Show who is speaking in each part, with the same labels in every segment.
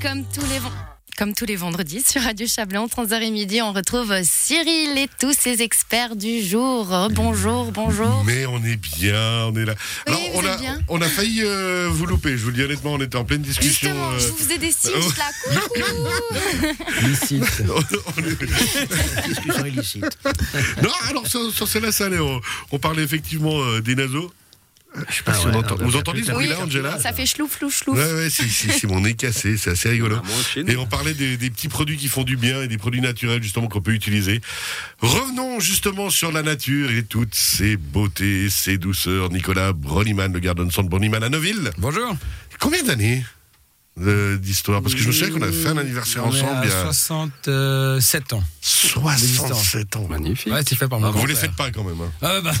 Speaker 1: comme tous les vendredis. Comme tous les vendredis sur Radio Chablais, entre 11h et midi, on retrouve Cyril et tous ses experts du jour. Euh, Bonjour, bonjour.
Speaker 2: Mais on est bien, on est là.
Speaker 1: Oui, vous
Speaker 2: on,
Speaker 1: êtes
Speaker 2: a,
Speaker 1: bien.
Speaker 2: on a failli euh, vous louper, je vous le dis honnêtement, on était en pleine discussion.
Speaker 1: Justement,
Speaker 2: euh,
Speaker 1: je vous faisais des signes là. Coucou
Speaker 3: Licite.
Speaker 2: on est-
Speaker 3: Discussion illicite.
Speaker 2: non, alors sur, sur celle-là, ça allait. On, on parlait effectivement euh, des naseaux. Je sais pas
Speaker 3: Ah
Speaker 2: si
Speaker 3: ouais,
Speaker 2: on entend.
Speaker 3: non,
Speaker 2: vous
Speaker 3: mais
Speaker 2: entendez ce
Speaker 3: t'as-
Speaker 2: bruit-là, Angela
Speaker 1: Ça fait chlou, flou, chlou.
Speaker 2: Ouais, ouais, si, si, si, mon nez cassé, c'est assez rigolo.
Speaker 4: Ah,
Speaker 2: Et on parlait des, des petits produits qui font du bien et des produits naturels justement qu'on peut utiliser. Revenons justement sur la nature et toutes ses beautés, ses douceurs. Nicolas Broniman, le gardien de centre Broniman à Neuville.
Speaker 5: Bonjour.
Speaker 2: Combien d'années euh, d'histoire Parce que je me souviens qu'on avait fait un anniversaire
Speaker 5: On est
Speaker 2: ensemble
Speaker 5: à
Speaker 2: il y a
Speaker 5: 67 ans.
Speaker 2: 67 ans.
Speaker 4: Magnifique.
Speaker 5: Ouais, c'est fait par mon
Speaker 2: Ah, Vous les
Speaker 5: grand-père.
Speaker 2: faites pas quand même. hein.
Speaker 5: Ah bah,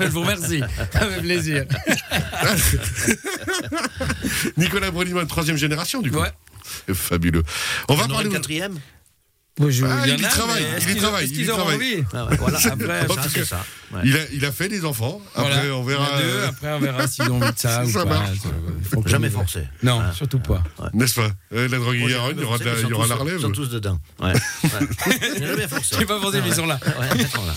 Speaker 5: je vous remercie. Avec plaisir.
Speaker 2: Nicolas Broniman, troisième génération du coup.
Speaker 5: Ouais.
Speaker 2: Fabuleux. On va
Speaker 3: On aurait
Speaker 2: parler.
Speaker 3: le quatrième
Speaker 5: Bonjour.
Speaker 2: Ah, il y travaille, il y travaille, il y travaille.
Speaker 3: Ah ouais, Voilà,
Speaker 5: Après,
Speaker 3: après,
Speaker 5: en
Speaker 3: ça,
Speaker 5: tout
Speaker 3: c'est
Speaker 5: cas,
Speaker 3: ça. Ouais.
Speaker 2: Il a, il a fait des enfants. Après, on verra.
Speaker 5: Deux,
Speaker 2: euh,
Speaker 5: après, on verra s'ils ont envie de ça ou
Speaker 2: Ça
Speaker 5: pas. Euh,
Speaker 2: marche.
Speaker 5: Faut que-
Speaker 3: Jamais forcé.
Speaker 5: Non, surtout pas.
Speaker 2: N'est-ce pas Euh, La drogue il y aura- il y aura de la- il y aura la
Speaker 3: Ils
Speaker 2: relève.
Speaker 3: sont tous dedans. Ouais. Ouais. Jamais forcé.
Speaker 5: C'est pas forcé, mais ils sont là.
Speaker 3: Ouais, ils sont là.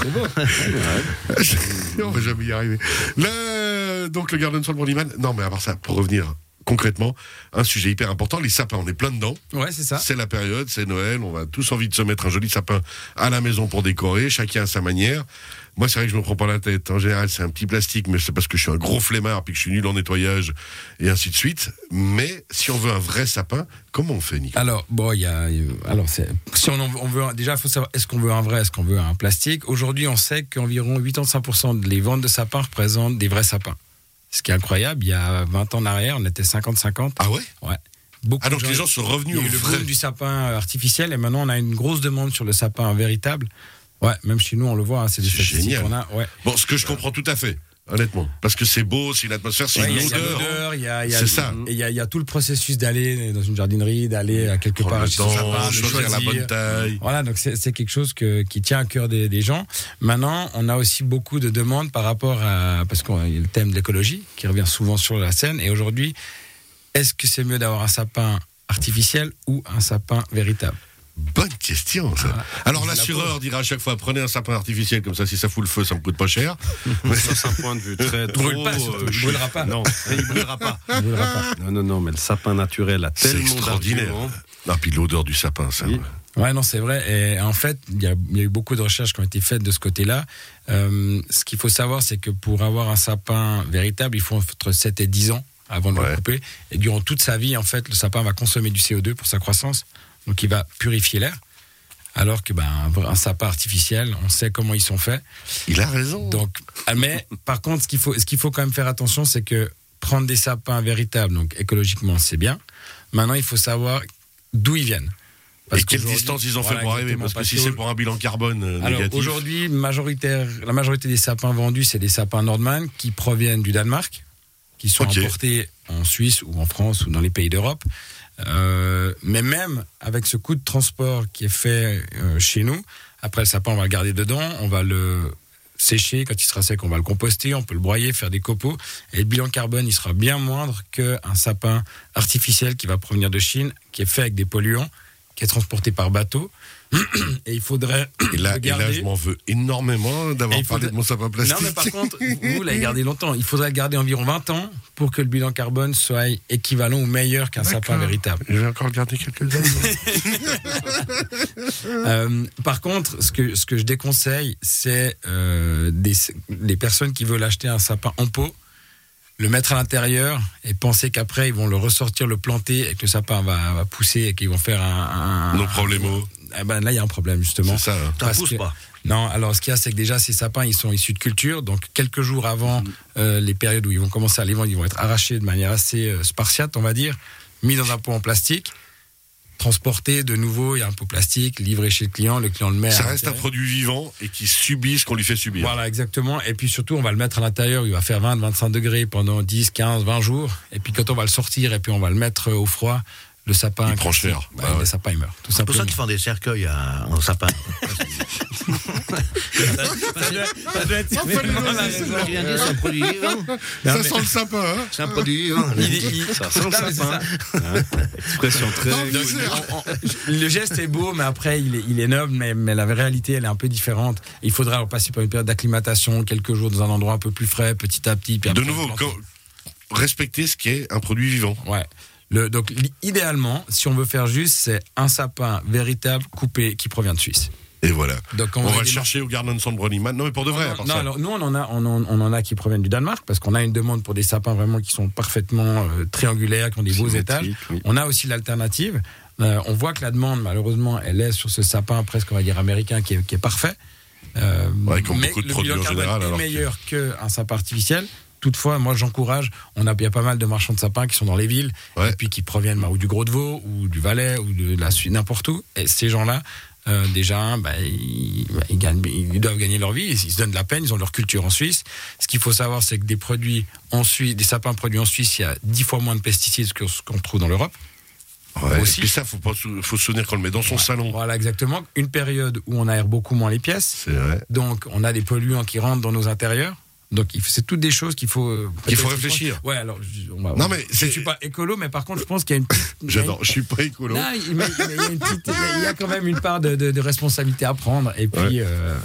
Speaker 2: on va jamais y arriver. Le- donc le Garden Soul Broniman. Non, mais à part ça, pour revenir concrètement, un sujet hyper important les sapins, on est plein dedans.
Speaker 5: Ouais, c'est ça.
Speaker 2: C'est la période, c'est Noël, on a tous envie de se mettre un joli sapin à la maison pour décorer, chacun à sa manière. Moi, c'est vrai que je me prends pas la tête. En général, c'est un petit plastique, mais c'est parce que je suis un gros flemmard puis que je suis nul en nettoyage et ainsi de suite. Mais si on veut un vrai sapin, comment on fait, Nicolas
Speaker 5: Alors, bon, il y a. euh, Alors, c'est- si on, en- on veut. un- Déjà, il faut savoir, est-ce qu'on veut un vrai, est-ce qu'on veut un plastique Aujourd'hui, on sait qu'environ 85% des ventes de sapins représentent des vrais sapins. Ce qui est incroyable, il y a 20 ans en arrière, on était 50-50.
Speaker 2: Ah ouais
Speaker 5: Ouais. Beaucoup
Speaker 2: Ah donc
Speaker 5: de gens-
Speaker 2: les gens sont
Speaker 5: il y
Speaker 2: revenus
Speaker 5: a
Speaker 2: au
Speaker 5: eu le
Speaker 2: vrai.
Speaker 5: boom du sapin euh, artificiel et maintenant, on a une grosse demande sur le sapin véritable. Ouais, même chez nous, on le voit, hein, c'est des
Speaker 2: C'est
Speaker 5: statistiques
Speaker 2: génial.
Speaker 5: qu'on a. Ouais.
Speaker 2: Bon, ce que je comprends tout à fait, honnêtement. Parce que c'est beau, c'est une atmosphère, c'est
Speaker 5: Ouais,
Speaker 2: une
Speaker 5: il y a- il y a
Speaker 2: odeur.
Speaker 5: l'odeur, il y a, il y a-
Speaker 2: C'est ça.
Speaker 5: et il y a, il y a tout le processus d'aller dans une jardinerie, d'aller à quelque
Speaker 2: Prendre
Speaker 5: part
Speaker 2: le
Speaker 5: chez son
Speaker 2: temps,
Speaker 5: sapin, de
Speaker 2: choisir la bonne taille.
Speaker 5: Voilà, donc c'est c'est quelque chose que- qui tient à cœur des, des gens. Maintenant, on a aussi beaucoup de demandes par rapport à. Parce qu'il y a le thème de l'écologie qui revient souvent sur la scène. Et aujourd'hui, est-ce que c'est mieux d'avoir un sapin artificiel ou un sapin véritable
Speaker 2: Bonne question, ça. Alors,
Speaker 5: Ah, Je la
Speaker 2: l'assureur dira à chaque fois prenez un sapin artificiel, comme ça, si ça fout le feu, ça me coûte pas cher.
Speaker 4: Dans un point de vue très trop,
Speaker 5: brûle pas, surtout,
Speaker 4: euh,
Speaker 5: il
Speaker 4: je-
Speaker 5: brûlera pas.
Speaker 4: Non,
Speaker 3: Il brûlera pas.
Speaker 5: On voudra pas.
Speaker 4: non, non, non, mais le sapin naturel a
Speaker 2: C'est
Speaker 4: tellement
Speaker 2: extraordinaire.
Speaker 4: d'arguments.
Speaker 2: Ah, puis l'odeur du sapin, ça.
Speaker 4: Oui.
Speaker 5: Ouais, non, c'est vrai. Et en fait, il y, a il y a eu beaucoup de recherches qui ont été faites de ce côté-là. Euh, ce qu'il faut savoir, c'est que pour avoir un sapin véritable, il faut entre 7 et 10 ans avant de
Speaker 2: Ouais.
Speaker 5: le couper. Et durant toute sa vie, en fait, le sapin va consommer du CO2 pour sa croissance. Donc, il va purifier l'air. Alors que ben, un vrai- un sapin artificiel, on sait comment ils sont faits.
Speaker 2: Il a raison.
Speaker 5: Donc, ah, mais par contre, ce qu'il faut, ce qu'il faut quand même faire attention, c'est que prendre des sapins véritables, donc écologiquement, c'est bien. Maintenant, il faut savoir d'où ils viennent.
Speaker 2: Et quelle
Speaker 5: qu'aujourd'hui-
Speaker 2: distance ils ont fait
Speaker 5: Voilà,
Speaker 2: pour arriver
Speaker 5: exactement,
Speaker 2: Parce que si c'est pour un bilan carbone euh,
Speaker 5: alors
Speaker 2: négatif.
Speaker 5: aujourd'hui, majoritaire, la majorité des sapins vendus, c'est des sapins Nordman qui proviennent du Danemark, qui sont
Speaker 2: Ok.
Speaker 5: importés en Suisse ou en France ou dans les pays d'Europe. Euh, mais même avec ce coût de transport qui est fait euh, chez nous, après le sapin, on va le garder dedans, on va le sécher, quand il sera sec, on va le composter, on peut le broyer, faire des copeaux, et le bilan carbone, il sera bien moindre qu'un sapin artificiel qui va provenir de Chine, qui est fait avec des polluants, qui est transporté par bateau. Et il faudrait
Speaker 2: et, là,
Speaker 5: le
Speaker 2: et là,
Speaker 5: garder.
Speaker 2: je m'en veux énormément d'avoir
Speaker 5: Et il faut
Speaker 2: parlé
Speaker 5: de-
Speaker 2: de mon sapin plastique.
Speaker 5: Non, mais par contre, vous l'avez gardé longtemps. Il faudrait le garder environ 20 ans pour que le bilan carbone soit équivalent ou meilleur qu'un sapin véritable.
Speaker 2: Je vais encore le garder quelques années.
Speaker 5: Euh, par contre, ce que, ce que je déconseille, c'est euh, des, des personnes qui veulent acheter un sapin en pot, le mettre à l'intérieur et penser qu'après, ils vont le ressortir, le planter et que le sapin va, va pousser et qu'ils vont faire un. un-
Speaker 2: Nos problèmes,
Speaker 5: Eh ben, là, il y a un problème, justement.
Speaker 2: oh, c'est ça. hein.
Speaker 3: Ça
Speaker 5: Parce
Speaker 3: pousse
Speaker 5: que-
Speaker 3: pas.
Speaker 5: Non, alors ce qu'il y a, c'est que déjà ces sapins, ils sont issus de culture, donc quelques jours avant
Speaker 2: Mhm.
Speaker 5: euh, les périodes où ils vont commencer à les vendre, ils vont être arrachés de manière assez euh, spartiate, on va dire, mis dans un pot en plastique, transportés de nouveau, il y a un pot plastique, livré chez le client, le client le met. à
Speaker 2: Ça reste un
Speaker 5: l'intérieur.
Speaker 2: produit vivant et qui subit ce qu'on lui fait subir.
Speaker 5: Voilà, exactement. Et puis surtout, on va le mettre à l'intérieur, il va faire 20, 25 degrés pendant 10, 15, 20 jours. Et puis quand on va le sortir et puis on va le mettre euh, au froid, le sapin.
Speaker 2: Il prend cher.
Speaker 5: Bah,
Speaker 2: Bah ouais.
Speaker 5: Le sapin, il meurt, tout
Speaker 3: C'est pour
Speaker 5: simplement.
Speaker 3: ça qu'ils font des cercueils à- en sapin.
Speaker 5: Ça doit être-
Speaker 2: Oh, fallait
Speaker 5: Voilà,
Speaker 2: le laisser,
Speaker 5: raison.
Speaker 2: là.
Speaker 3: Tu viens de dire, c'est un produit vivant.
Speaker 2: Ça
Speaker 5: mais-
Speaker 2: sent le sapin, hein
Speaker 3: C'est un produit vivant.
Speaker 5: Il- il-
Speaker 4: Ça sent le
Speaker 5: Non, mais c'est
Speaker 4: sapin. Hein, Expression très.
Speaker 2: Non, mais c'est-
Speaker 5: Le geste est beau, mais après, il est, il est noble, mais, mais la réalité, elle est un peu différente. Il faudra passer par une période d'acclimatation, quelques jours dans un endroit un peu plus frais, petit à petit. puis
Speaker 2: De
Speaker 5: après,
Speaker 2: nouveau,
Speaker 5: planter.
Speaker 2: quand- respecter ce qui est un produit vivant.
Speaker 5: Ouais. Le, donc, li- idéalement, si on veut faire juste, c'est un sapin véritable, coupé, qui provient de Suisse.
Speaker 2: Et voilà.
Speaker 5: Donc, quand
Speaker 2: On,
Speaker 5: vous
Speaker 2: va
Speaker 5: avez
Speaker 2: le
Speaker 5: des-
Speaker 2: chercher au Garden Sand Broniman. Non, mais pour de vrai, à part
Speaker 5: Ah, Non,
Speaker 2: ça.
Speaker 5: alors nous on en a, on en, on en a qui proviennent du Danemark parce qu'on a une demande pour des sapins vraiment qui sont parfaitement euh, triangulaires, qui ont des beaux étages.
Speaker 4: Symétrique, oui.
Speaker 5: On a aussi l'alternative. Euh, on voit que la demande, malheureusement, elle est sur ce sapin presque, on va dire, américain qui est, qui est parfait. Euh,
Speaker 2: Ouais, comme beaucoup de
Speaker 5: le
Speaker 2: produits
Speaker 5: bilan
Speaker 2: en
Speaker 5: carbone
Speaker 2: général, alors
Speaker 5: est
Speaker 2: que-
Speaker 5: meilleur qu'un sapin artificiel. Toutefois, moi j'encourage, on a, il y a pas mal de marchands de sapins qui sont dans les villes,
Speaker 2: Ouais.
Speaker 5: et puis qui proviennent bah, ou du Gros de Vaud, ou du Valais, ou de la Suisse, n'importe où. Et ces gens-là, euh, déjà, bah, ils, bah, ils gagnent, ils doivent gagner leur vie, ils, ils se donnent de la peine, ils ont leur culture en Suisse. Ce qu'il faut savoir, c'est que des produits en Suisse, des sapins produits en Suisse, il y a 10 fois moins de pesticides que ce qu'on trouve dans l'Europe.
Speaker 2: Ouais.
Speaker 5: aussi.
Speaker 2: Et puis ça, faut, pas sou- faut se souvenir qu'on le met dans son salon.
Speaker 5: Voilà, exactement. Une période où on aère beaucoup moins les pièces.
Speaker 2: C'est vrai.
Speaker 5: Donc, on a des polluants qui rentrent dans nos intérieurs. Donc, il faut- c'est toutes des choses qu'il faut. euh,
Speaker 2: Qu'il faut
Speaker 5: peut-être-
Speaker 2: réfléchir.
Speaker 5: Ouais, alors. je- on va-
Speaker 2: Non, mais
Speaker 5: je
Speaker 2: c'est-
Speaker 5: suis pas écolo, mais par contre, je pense qu'il y a une petite.
Speaker 2: J'adore. Je suis pas écolo.
Speaker 5: Non, il- mais- mais il y a une petite- il y a quand même une part de, de- de responsabilité à prendre. Et puis,
Speaker 2: Ouais.
Speaker 5: euh,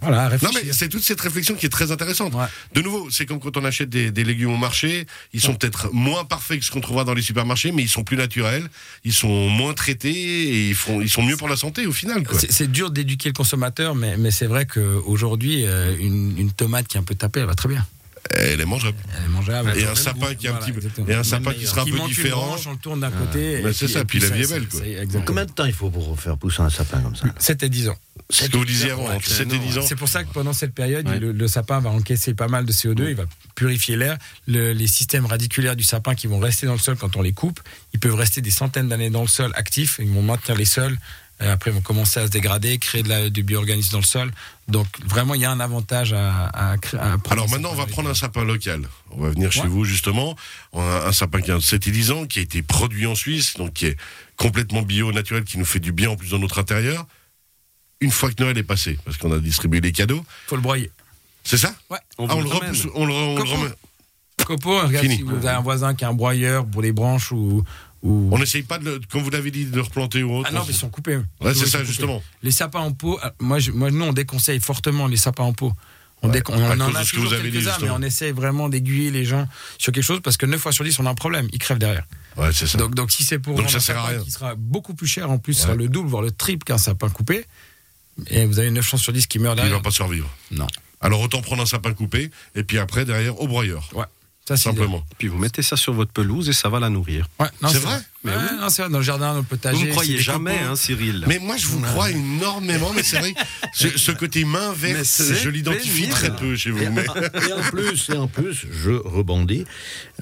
Speaker 5: voilà,
Speaker 2: Non,
Speaker 5: réfléchir.
Speaker 2: mais c'est toute cette réflexion qui est très intéressante.
Speaker 5: Ouais.
Speaker 2: De nouveau, c'est comme quand on achète des, des légumes au marché, ils sont peut-être moins parfaits que ce qu'on trouvera dans les supermarchés, mais ils sont plus naturels, ils sont moins traités et ils, font, ils sont mieux pour la santé au final. Quoi.
Speaker 5: C'est- C'est dur d'éduquer le consommateur, mais, mais c'est vrai qu'aujourd'hui, euh, une, une tomate qui est un peu tapée, elle va très bien.
Speaker 2: Elle est mangeable.
Speaker 5: Elle est mangeable.
Speaker 2: Et
Speaker 5: elle-
Speaker 2: un sapin qui est un
Speaker 5: Voilà,
Speaker 2: petit peu-
Speaker 5: exactement.
Speaker 2: et un sapin qui
Speaker 3: meilleur.
Speaker 2: sera un
Speaker 5: Qui
Speaker 2: peu
Speaker 5: manque une
Speaker 2: différent.
Speaker 5: branche, on le tourne d'un côté.
Speaker 2: Bah,
Speaker 5: et
Speaker 2: c'est ça, puis la vie est
Speaker 5: ça,
Speaker 2: belle,
Speaker 5: c'est-
Speaker 2: quoi.
Speaker 5: c'est- exactement.
Speaker 3: Combien de temps il faut pour faire pousser un sapin comme ça
Speaker 5: C'était 10 ans.
Speaker 2: C'est ce que vous disiez avant,
Speaker 4: Ouais,
Speaker 2: entre 7 et
Speaker 4: non,
Speaker 2: 10 ans.
Speaker 5: C'est pour ça que pendant cette période,
Speaker 4: Ouais.
Speaker 5: le, le sapin va encaisser pas mal de CO2, il va purifier l'air. Le- les systèmes radiculaires du sapin qui vont rester dans le sol quand on les coupe, ils peuvent rester des centaines d'années dans le sol actifs, ils vont maintenir les sols. Euh, Après, ils vont commencer à se dégrader, créer de la- du bioorganisme dans le sol. Donc, vraiment, il y a un avantage à, à, cré- à prendre
Speaker 2: Alors
Speaker 5: un
Speaker 2: maintenant, on
Speaker 5: sapin
Speaker 2: va
Speaker 5: avec-
Speaker 2: prendre un sapin local. On va venir chez
Speaker 5: Ouais.
Speaker 2: vous, justement. On a un sapin qui a 7 et 10 ans, qui a été produit en Suisse, donc qui est complètement bio, naturel, qui nous fait du bien en plus dans notre intérieur. Une fois que Noël est passé, parce qu'on a distribué les cadeaux,
Speaker 5: faut le broyer.
Speaker 2: c'est ça
Speaker 5: Ouais.
Speaker 4: On
Speaker 2: Ah,
Speaker 4: vous
Speaker 2: on
Speaker 4: le
Speaker 2: le
Speaker 4: ramène.
Speaker 2: repousse, on le, on le
Speaker 5: Comment
Speaker 2: remet.
Speaker 5: Copo, regarde
Speaker 2: Fini.
Speaker 5: si vous avez un voisin qui a un broyeur pour les branches ou. ou...
Speaker 2: On n'essaye pas, de le- comme vous l'avez dit, de le replanter ou autre.
Speaker 5: Ah non, mais ils sont coupés.
Speaker 2: Ouais, c'est
Speaker 5: Ils sont
Speaker 2: ça,
Speaker 5: coupés.
Speaker 2: justement.
Speaker 5: Les sapins en pot, euh, moi, je- moi, nous, on déconseille fortement les sapins en pot. On, décon- on
Speaker 2: à
Speaker 5: en
Speaker 2: cause
Speaker 5: a
Speaker 2: de ce que
Speaker 5: toujours
Speaker 2: vous avez dit,
Speaker 5: quelques-uns, mais
Speaker 2: justement.
Speaker 5: on essaie vraiment d'aiguiller les gens sur quelque chose parce que 9 fois sur 10, on a un problème. Ils crèvent derrière.
Speaker 2: Ouais, c'est ça.
Speaker 5: Donc, donc si c'est pour
Speaker 2: Donc,
Speaker 5: vendre
Speaker 2: ça
Speaker 5: un
Speaker 2: sert à
Speaker 5: sapin
Speaker 2: rien.
Speaker 5: qui sera beaucoup plus cher, en plus,
Speaker 2: Ouais.
Speaker 5: sera le double, voire le triple qu'un sapin coupé, et vous avez 9 chances sur 10 qui meurt
Speaker 2: Il ne
Speaker 5: derrière.
Speaker 2: va pas survivre.
Speaker 5: Non.
Speaker 2: Alors autant prendre un sapin coupé, et puis après, derrière, au broyeur.
Speaker 5: Ouais. Ça, c'est
Speaker 2: Simplement.
Speaker 4: Puis vous mettez ça sur votre pelouse et ça va la nourrir.
Speaker 5: Ouais, non,
Speaker 2: C'est vrai
Speaker 5: Mais oui. non, c'est vrai, dans le jardin, dans le potager.
Speaker 4: Vous ne
Speaker 5: c'est
Speaker 4: croyez
Speaker 5: des
Speaker 4: jamais,
Speaker 5: copains.
Speaker 4: hein, Cyril.
Speaker 2: Mais moi, je vous crois énormément, mais c'est vrai, que ce, ce côté main
Speaker 4: Mais
Speaker 2: verte,
Speaker 4: c'est
Speaker 2: je l'identifie
Speaker 4: pénible.
Speaker 2: très peu chez vous. Mais...
Speaker 3: Et en plus, et en plus, je rebondis.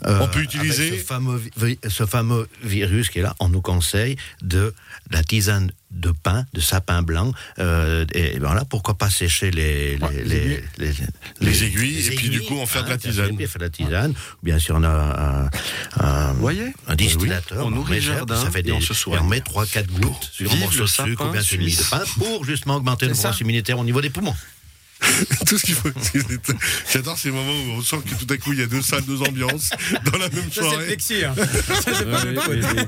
Speaker 3: euh,
Speaker 2: On peut
Speaker 3: avec
Speaker 2: utiliser-
Speaker 3: ce fameux, vi- ce fameux virus qui est là. On nous conseille de la tisane de pain, de sapin blanc. euh, et voilà, pourquoi pas sécher les les, les, les-
Speaker 2: Les aiguilles, et puis du coup, en faire de la
Speaker 3: hein,
Speaker 2: tisane.
Speaker 3: Et puis faire de la tisane. Bien sûr, on a un, un-
Speaker 4: voyez
Speaker 3: un distillateur.
Speaker 4: On nourrit
Speaker 3: met
Speaker 4: le
Speaker 3: ça,
Speaker 4: jardin
Speaker 3: ça fait
Speaker 4: et
Speaker 3: des-
Speaker 4: on se soigne.
Speaker 3: on met 3-4 gouttes sur un
Speaker 4: Vive
Speaker 3: morceau
Speaker 4: le
Speaker 3: de sucre
Speaker 4: sapin
Speaker 3: ou bien sur une mie de
Speaker 4: suisse.
Speaker 3: pain pour justement augmenter le
Speaker 5: C'est ça.
Speaker 3: processus immunitaire au niveau des poumons.
Speaker 2: Tout ce qu'il faut. J'adore ces moments où on sent que tout à coup, il y a deux salles, deux ambiances dans la même
Speaker 5: Ça, c'est le
Speaker 2: soirée.
Speaker 5: plexi, hein.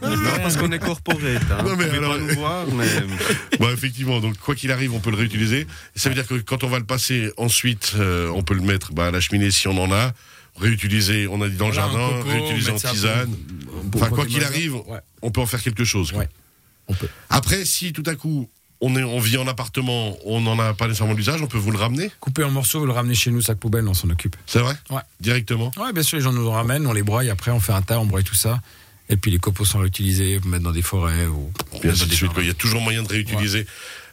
Speaker 4: Non, parce qu'on est corporate. Hein.
Speaker 2: Non, mais
Speaker 4: Vous pouvez
Speaker 2: alors- euh,
Speaker 4: pas nous voir, mais-
Speaker 2: Bon, effectivement, donc quoi qu'il arrive, on peut le réutiliser. Ça veut dire que quand on va le passer ensuite, euh, on peut le mettre bah, à la cheminée si on en a. Réutiliser, on a dit dans le
Speaker 5: Voilà, un
Speaker 2: jardin,
Speaker 5: coco,
Speaker 2: réutiliser en
Speaker 5: mettre ça pour-
Speaker 2: tisane.
Speaker 5: pour-
Speaker 2: Enfin,
Speaker 5: pour
Speaker 2: quoi
Speaker 5: des
Speaker 2: qu'il
Speaker 5: malades.
Speaker 2: arrive,
Speaker 5: Ouais.
Speaker 2: on peut en faire quelque chose. quoi.
Speaker 5: Ouais. On peut.
Speaker 2: Après, si tout à coup, on, est, on vit en appartement, on n'en a pas nécessairement l'usage, on peut vous le ramener
Speaker 5: Couper en morceaux, vous le ramenez chez nous, sac poubelle, on s'en occupe.
Speaker 2: C'est vrai
Speaker 5: Ouais.
Speaker 2: Directement
Speaker 5: Ouais, bien sûr, les gens nous en ramènent, on les broie, et après on fait un tas, on broie tout ça. Et puis les copeaux sont réutilisés, on mettre dans des forêts ou.
Speaker 2: Et
Speaker 5: dans
Speaker 2: ainsi de
Speaker 5: des
Speaker 2: suite,
Speaker 5: jardins.
Speaker 2: quoi. Il y a toujours moyen de réutiliser.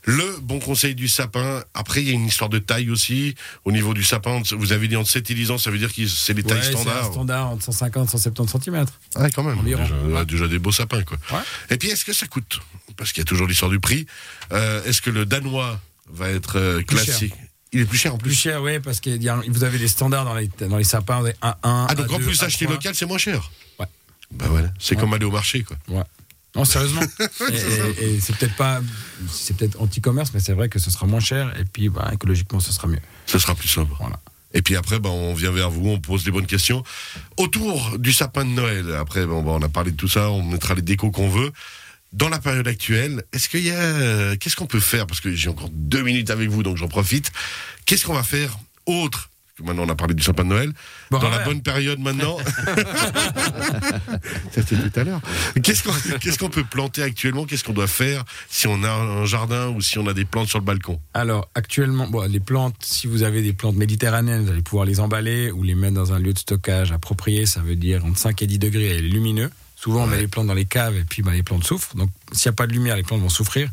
Speaker 2: Le bon conseil du sapin. Après, il y a une histoire de taille aussi. Au niveau du sapin, vous avez dit entre 7 et 10 ans, ça veut dire que c'est les
Speaker 5: Ouais,
Speaker 2: tailles
Speaker 5: c'est un
Speaker 2: standards.
Speaker 5: standard entre 150 et 170 cm.
Speaker 2: Ah, quand même.
Speaker 5: Environ.
Speaker 2: Déjà, ouais, déjà des beaux sapins, quoi.
Speaker 5: Ouais.
Speaker 2: Et puis, est-ce que ça coûte Parce qu'il y a toujours l'histoire du prix. Euh, est-ce que le danois va être euh,
Speaker 5: Plus cher.
Speaker 2: classique Il est plus cher en
Speaker 5: Plus
Speaker 2: plus.
Speaker 5: cher, oui, parce que y a- vous avez des standards dans les, dans les sapins, vous avez A1.
Speaker 2: Ah, donc en
Speaker 5: A2,
Speaker 2: plus, acheter
Speaker 5: A3.
Speaker 2: local, c'est moins cher
Speaker 5: bah, Ouais.
Speaker 2: Ben voilà, c'est comme aller au marché, quoi.
Speaker 5: Ouais. Non, sérieusement. et et- et c'est peut-être pas, c'est peut-être anti-commerce, mais c'est vrai que ce sera moins cher et puis bah, écologiquement, ce sera mieux.
Speaker 2: Ce sera plus sobre.
Speaker 5: Voilà.
Speaker 2: Et puis après, ben, on vient vers vous, on pose des bonnes questions. Autour du sapin de Noël, après, bon, ben, on a parlé de tout ça, on mettra les décos qu'on veut. Dans la période actuelle, est-ce qu'il y a. euh, Qu'est-ce qu'on peut faire Parce que j'ai encore deux minutes avec vous, donc j'en profite. Qu'est-ce qu'on va faire autre Parce que Maintenant, on a parlé du sapin de Noël.
Speaker 5: Bon,
Speaker 2: dans la
Speaker 5: ouais.
Speaker 2: bonne période maintenant. Ça, c'était tout à l'heure. Qu'est-ce qu'on qu'est-ce qu'on peut planter actuellement Qu'est-ce qu'on doit faire si on a un jardin ou si on a des plantes sur le balcon
Speaker 5: Alors, actuellement, bon, les plantes, si vous avez des plantes méditerranéennes, vous allez pouvoir les emballer ou les mettre dans un lieu de stockage approprié. Ça veut dire entre 5 et 10 degrés et lumineux. Souvent, on met les plantes dans les caves et puis bah, les plantes souffrent. Donc, s'il n'y a pas de lumière, les plantes vont souffrir.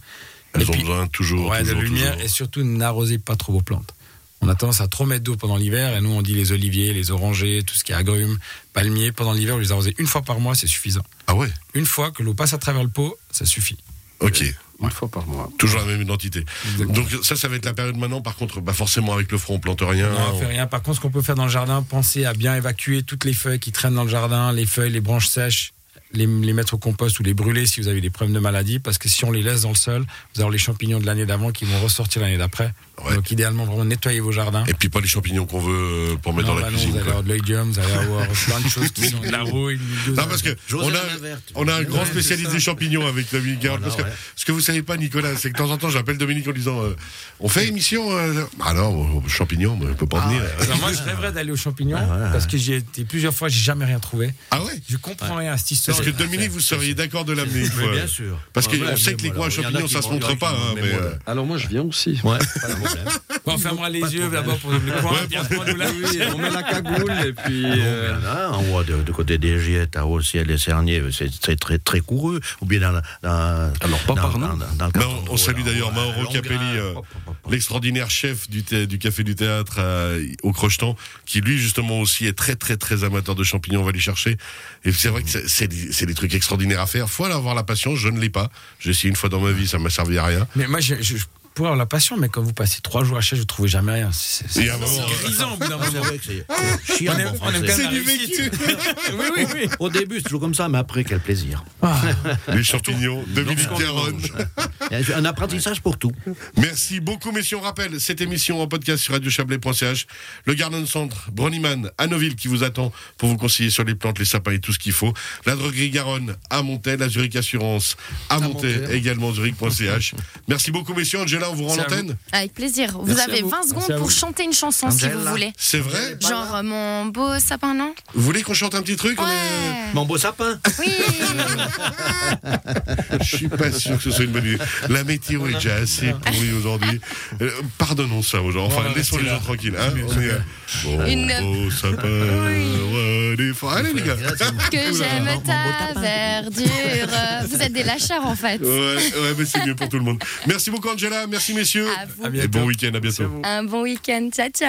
Speaker 2: Elles
Speaker 5: Et
Speaker 2: ont
Speaker 5: puis-
Speaker 2: besoin toujours,
Speaker 5: Ouais, de
Speaker 2: toujours,
Speaker 5: lumière
Speaker 2: toujours.
Speaker 5: et surtout n'arrosez pas trop vos plantes. On a tendance à trop mettre d'eau pendant l'hiver et nous on dit les oliviers, les orangers, tout ce qui est agrumes, palmiers, pendant l'hiver vous les arrosez une fois par mois, c'est suffisant.
Speaker 2: Ah ouais
Speaker 5: Une fois que l'eau passe à travers le pot, ça suffit.
Speaker 2: Ok.
Speaker 4: Une fois par mois.
Speaker 2: Toujours la même identité.
Speaker 5: Exactement.
Speaker 2: Donc ça, ça va être la période maintenant. Par contre, bah forcément avec le front, on plante rien.
Speaker 5: Non, on fait rien. Par contre, ce qu'on peut faire dans le jardin, pensez à bien évacuer toutes les feuilles qui traînent dans le jardin, les feuilles, les branches sèches, les, les mettre au compost ou les brûler si vous avez des problèmes de maladie, parce que si on les laisse dans le sol, vous aurez les champignons de l'année d'avant qui vont ressortir l'année d'après.
Speaker 2: Ouais.
Speaker 5: Donc idéalement, vraiment nettoyez vos jardins.
Speaker 2: Et puis pas les champignons qu'on veut euh, pour mettre
Speaker 5: Non,
Speaker 2: dans la
Speaker 5: bah non,
Speaker 2: cuisine.
Speaker 5: vous allez
Speaker 2: quoi.
Speaker 5: avoir de l'oïdium, vous allez avoir plein de choses qui sont de la rouille. du-
Speaker 2: Non, parce que on
Speaker 3: José
Speaker 2: a,
Speaker 3: Laverte.
Speaker 2: on a un grand
Speaker 3: Ouais,
Speaker 2: spécialiste
Speaker 3: c'est ça.
Speaker 2: des champignons avec Dominique Garde.
Speaker 3: Voilà,
Speaker 2: parce que
Speaker 3: ouais.
Speaker 2: ce que vous savez pas, Nicolas, c'est que de temps en temps, j'appelle Dominique en disant euh, On fait émission euh, Ah non, euh, champignons, mais on peut
Speaker 3: Ah
Speaker 2: pas venir.
Speaker 5: Alors moi, je rêverais d'aller aux champignons
Speaker 3: voilà.
Speaker 5: parce que j'y ai été plusieurs fois, j'ai jamais rien trouvé.
Speaker 2: Ah ouais
Speaker 5: Je comprends rien à cette histoire.
Speaker 2: Parce que
Speaker 3: Ah,
Speaker 2: Dominique, vous seriez d'accord de l'amener une fois.
Speaker 3: bien sûr.
Speaker 2: Parce
Speaker 3: Ah
Speaker 2: qu'on
Speaker 3: ouais,
Speaker 2: sait
Speaker 3: mais
Speaker 2: que les
Speaker 3: voilà,
Speaker 2: coins à
Speaker 3: il y
Speaker 2: champignons,
Speaker 3: en a qui
Speaker 2: ça se
Speaker 3: vont- il y en
Speaker 2: montre
Speaker 3: a qui
Speaker 2: pas.
Speaker 3: vont-
Speaker 2: hein,
Speaker 3: mais
Speaker 2: mais,
Speaker 3: voilà.
Speaker 2: euh,
Speaker 4: Alors moi, je viens aussi.
Speaker 3: Ouais, pas de problème.
Speaker 5: Bon, on fermera les yeux d'abord pour le coin. puis après, on nous la-
Speaker 4: on met la cagoule et puis. euh,
Speaker 3: Il y en a un, en haut, de, de côté des Giettes, à haut ciel des Cerniers, c'est c'est très, très coureux. Ou bien dans, la- dans,
Speaker 4: Alors, pas
Speaker 3: dans-
Speaker 4: par
Speaker 3: dans-
Speaker 4: nom.
Speaker 3: dans le
Speaker 2: Ben,
Speaker 3: canton
Speaker 2: on,
Speaker 3: de
Speaker 2: on
Speaker 3: Vaud,
Speaker 2: salue
Speaker 3: là,
Speaker 2: d'ailleurs
Speaker 3: en-
Speaker 2: Mauro
Speaker 3: en
Speaker 2: Capelli,
Speaker 3: Longuin.
Speaker 2: euh, l'extraordinaire chef du, thé- du Café du Théâtre euh, au Crocheton, qui lui justement aussi est très très très amateur de champignons, on va les chercher. Et c'est vrai que c'est- c'est des c'est des trucs extraordinaires à faire, faut aller avoir la patience, je ne l'ai pas. J'ai essayé une fois dans ma vie, ça m'a servi à rien.
Speaker 5: Mais moi, je, je- je pourrais avoir la passion, mais quand vous passez trois jours à chez, je ne trouvais jamais rien. C'est c'est-
Speaker 2: Et à un moment,
Speaker 5: c'est grisant au bout d'un
Speaker 3: Ah, c'est
Speaker 5: moment.
Speaker 3: vrai que c'est- c'est chiant,
Speaker 5: On est-
Speaker 3: bon
Speaker 5: on est
Speaker 3: français.
Speaker 5: quand même la réussite. oui, oui, oui.
Speaker 3: Au début, c'est toujours comme ça, mais après, quel plaisir.
Speaker 5: Ah.
Speaker 2: les champignons, Dominique Caron.
Speaker 3: Il y a Un apprentissage pour tout.
Speaker 2: Merci beaucoup, messieurs. On rappelle cette émission en podcast sur radiochablais.ch. Le Garden Centre, Broniman, à Neuville qui vous attend pour vous conseiller sur les plantes, les sapins et tout ce qu'il faut. La droguerie Garonne à Montaix, la Zurich Assurance à Montaix, également zurich.ch. Merci beaucoup, messieurs. Angela, on vous rend
Speaker 5: C'est à
Speaker 2: l'antenne
Speaker 1: Avec plaisir. Vous
Speaker 4: Merci à
Speaker 1: avez
Speaker 4: vous.
Speaker 1: 20
Speaker 5: Merci
Speaker 1: secondes
Speaker 5: à
Speaker 1: pour
Speaker 5: vous.
Speaker 1: chanter une chanson si
Speaker 3: Angela.
Speaker 1: vous voulez.
Speaker 2: C'est vrai
Speaker 1: Genre euh, mon beau sapin, non
Speaker 2: Vous voulez qu'on chante un petit truc On est-
Speaker 1: Ouais.
Speaker 3: Mon beau sapin.
Speaker 1: Oui.
Speaker 2: Je suis pas sûr que ce soit une bonne idée. La météo est déjà assez pourrie aujourd'hui. Euh, pardonnons ça aux gens. Enfin,
Speaker 5: Ouais,
Speaker 2: laissons
Speaker 5: c'est
Speaker 2: les
Speaker 5: là.
Speaker 2: gens tranquilles. hein. On est, euh, bon,
Speaker 1: Une-
Speaker 2: beau sapin, ouais, des fois. Allez, les gars.
Speaker 1: Que j'aime ta verdure. Vous êtes des lâcheurs en fait.
Speaker 2: Ouais, ouais, mais c'est mieux pour tout le monde. Merci beaucoup, Angela. Merci, messieurs.
Speaker 1: À vous.
Speaker 5: À
Speaker 2: Et
Speaker 5: bientôt.
Speaker 2: bon week-end. À bientôt.
Speaker 1: Un bon week-end. Ciao, ciao.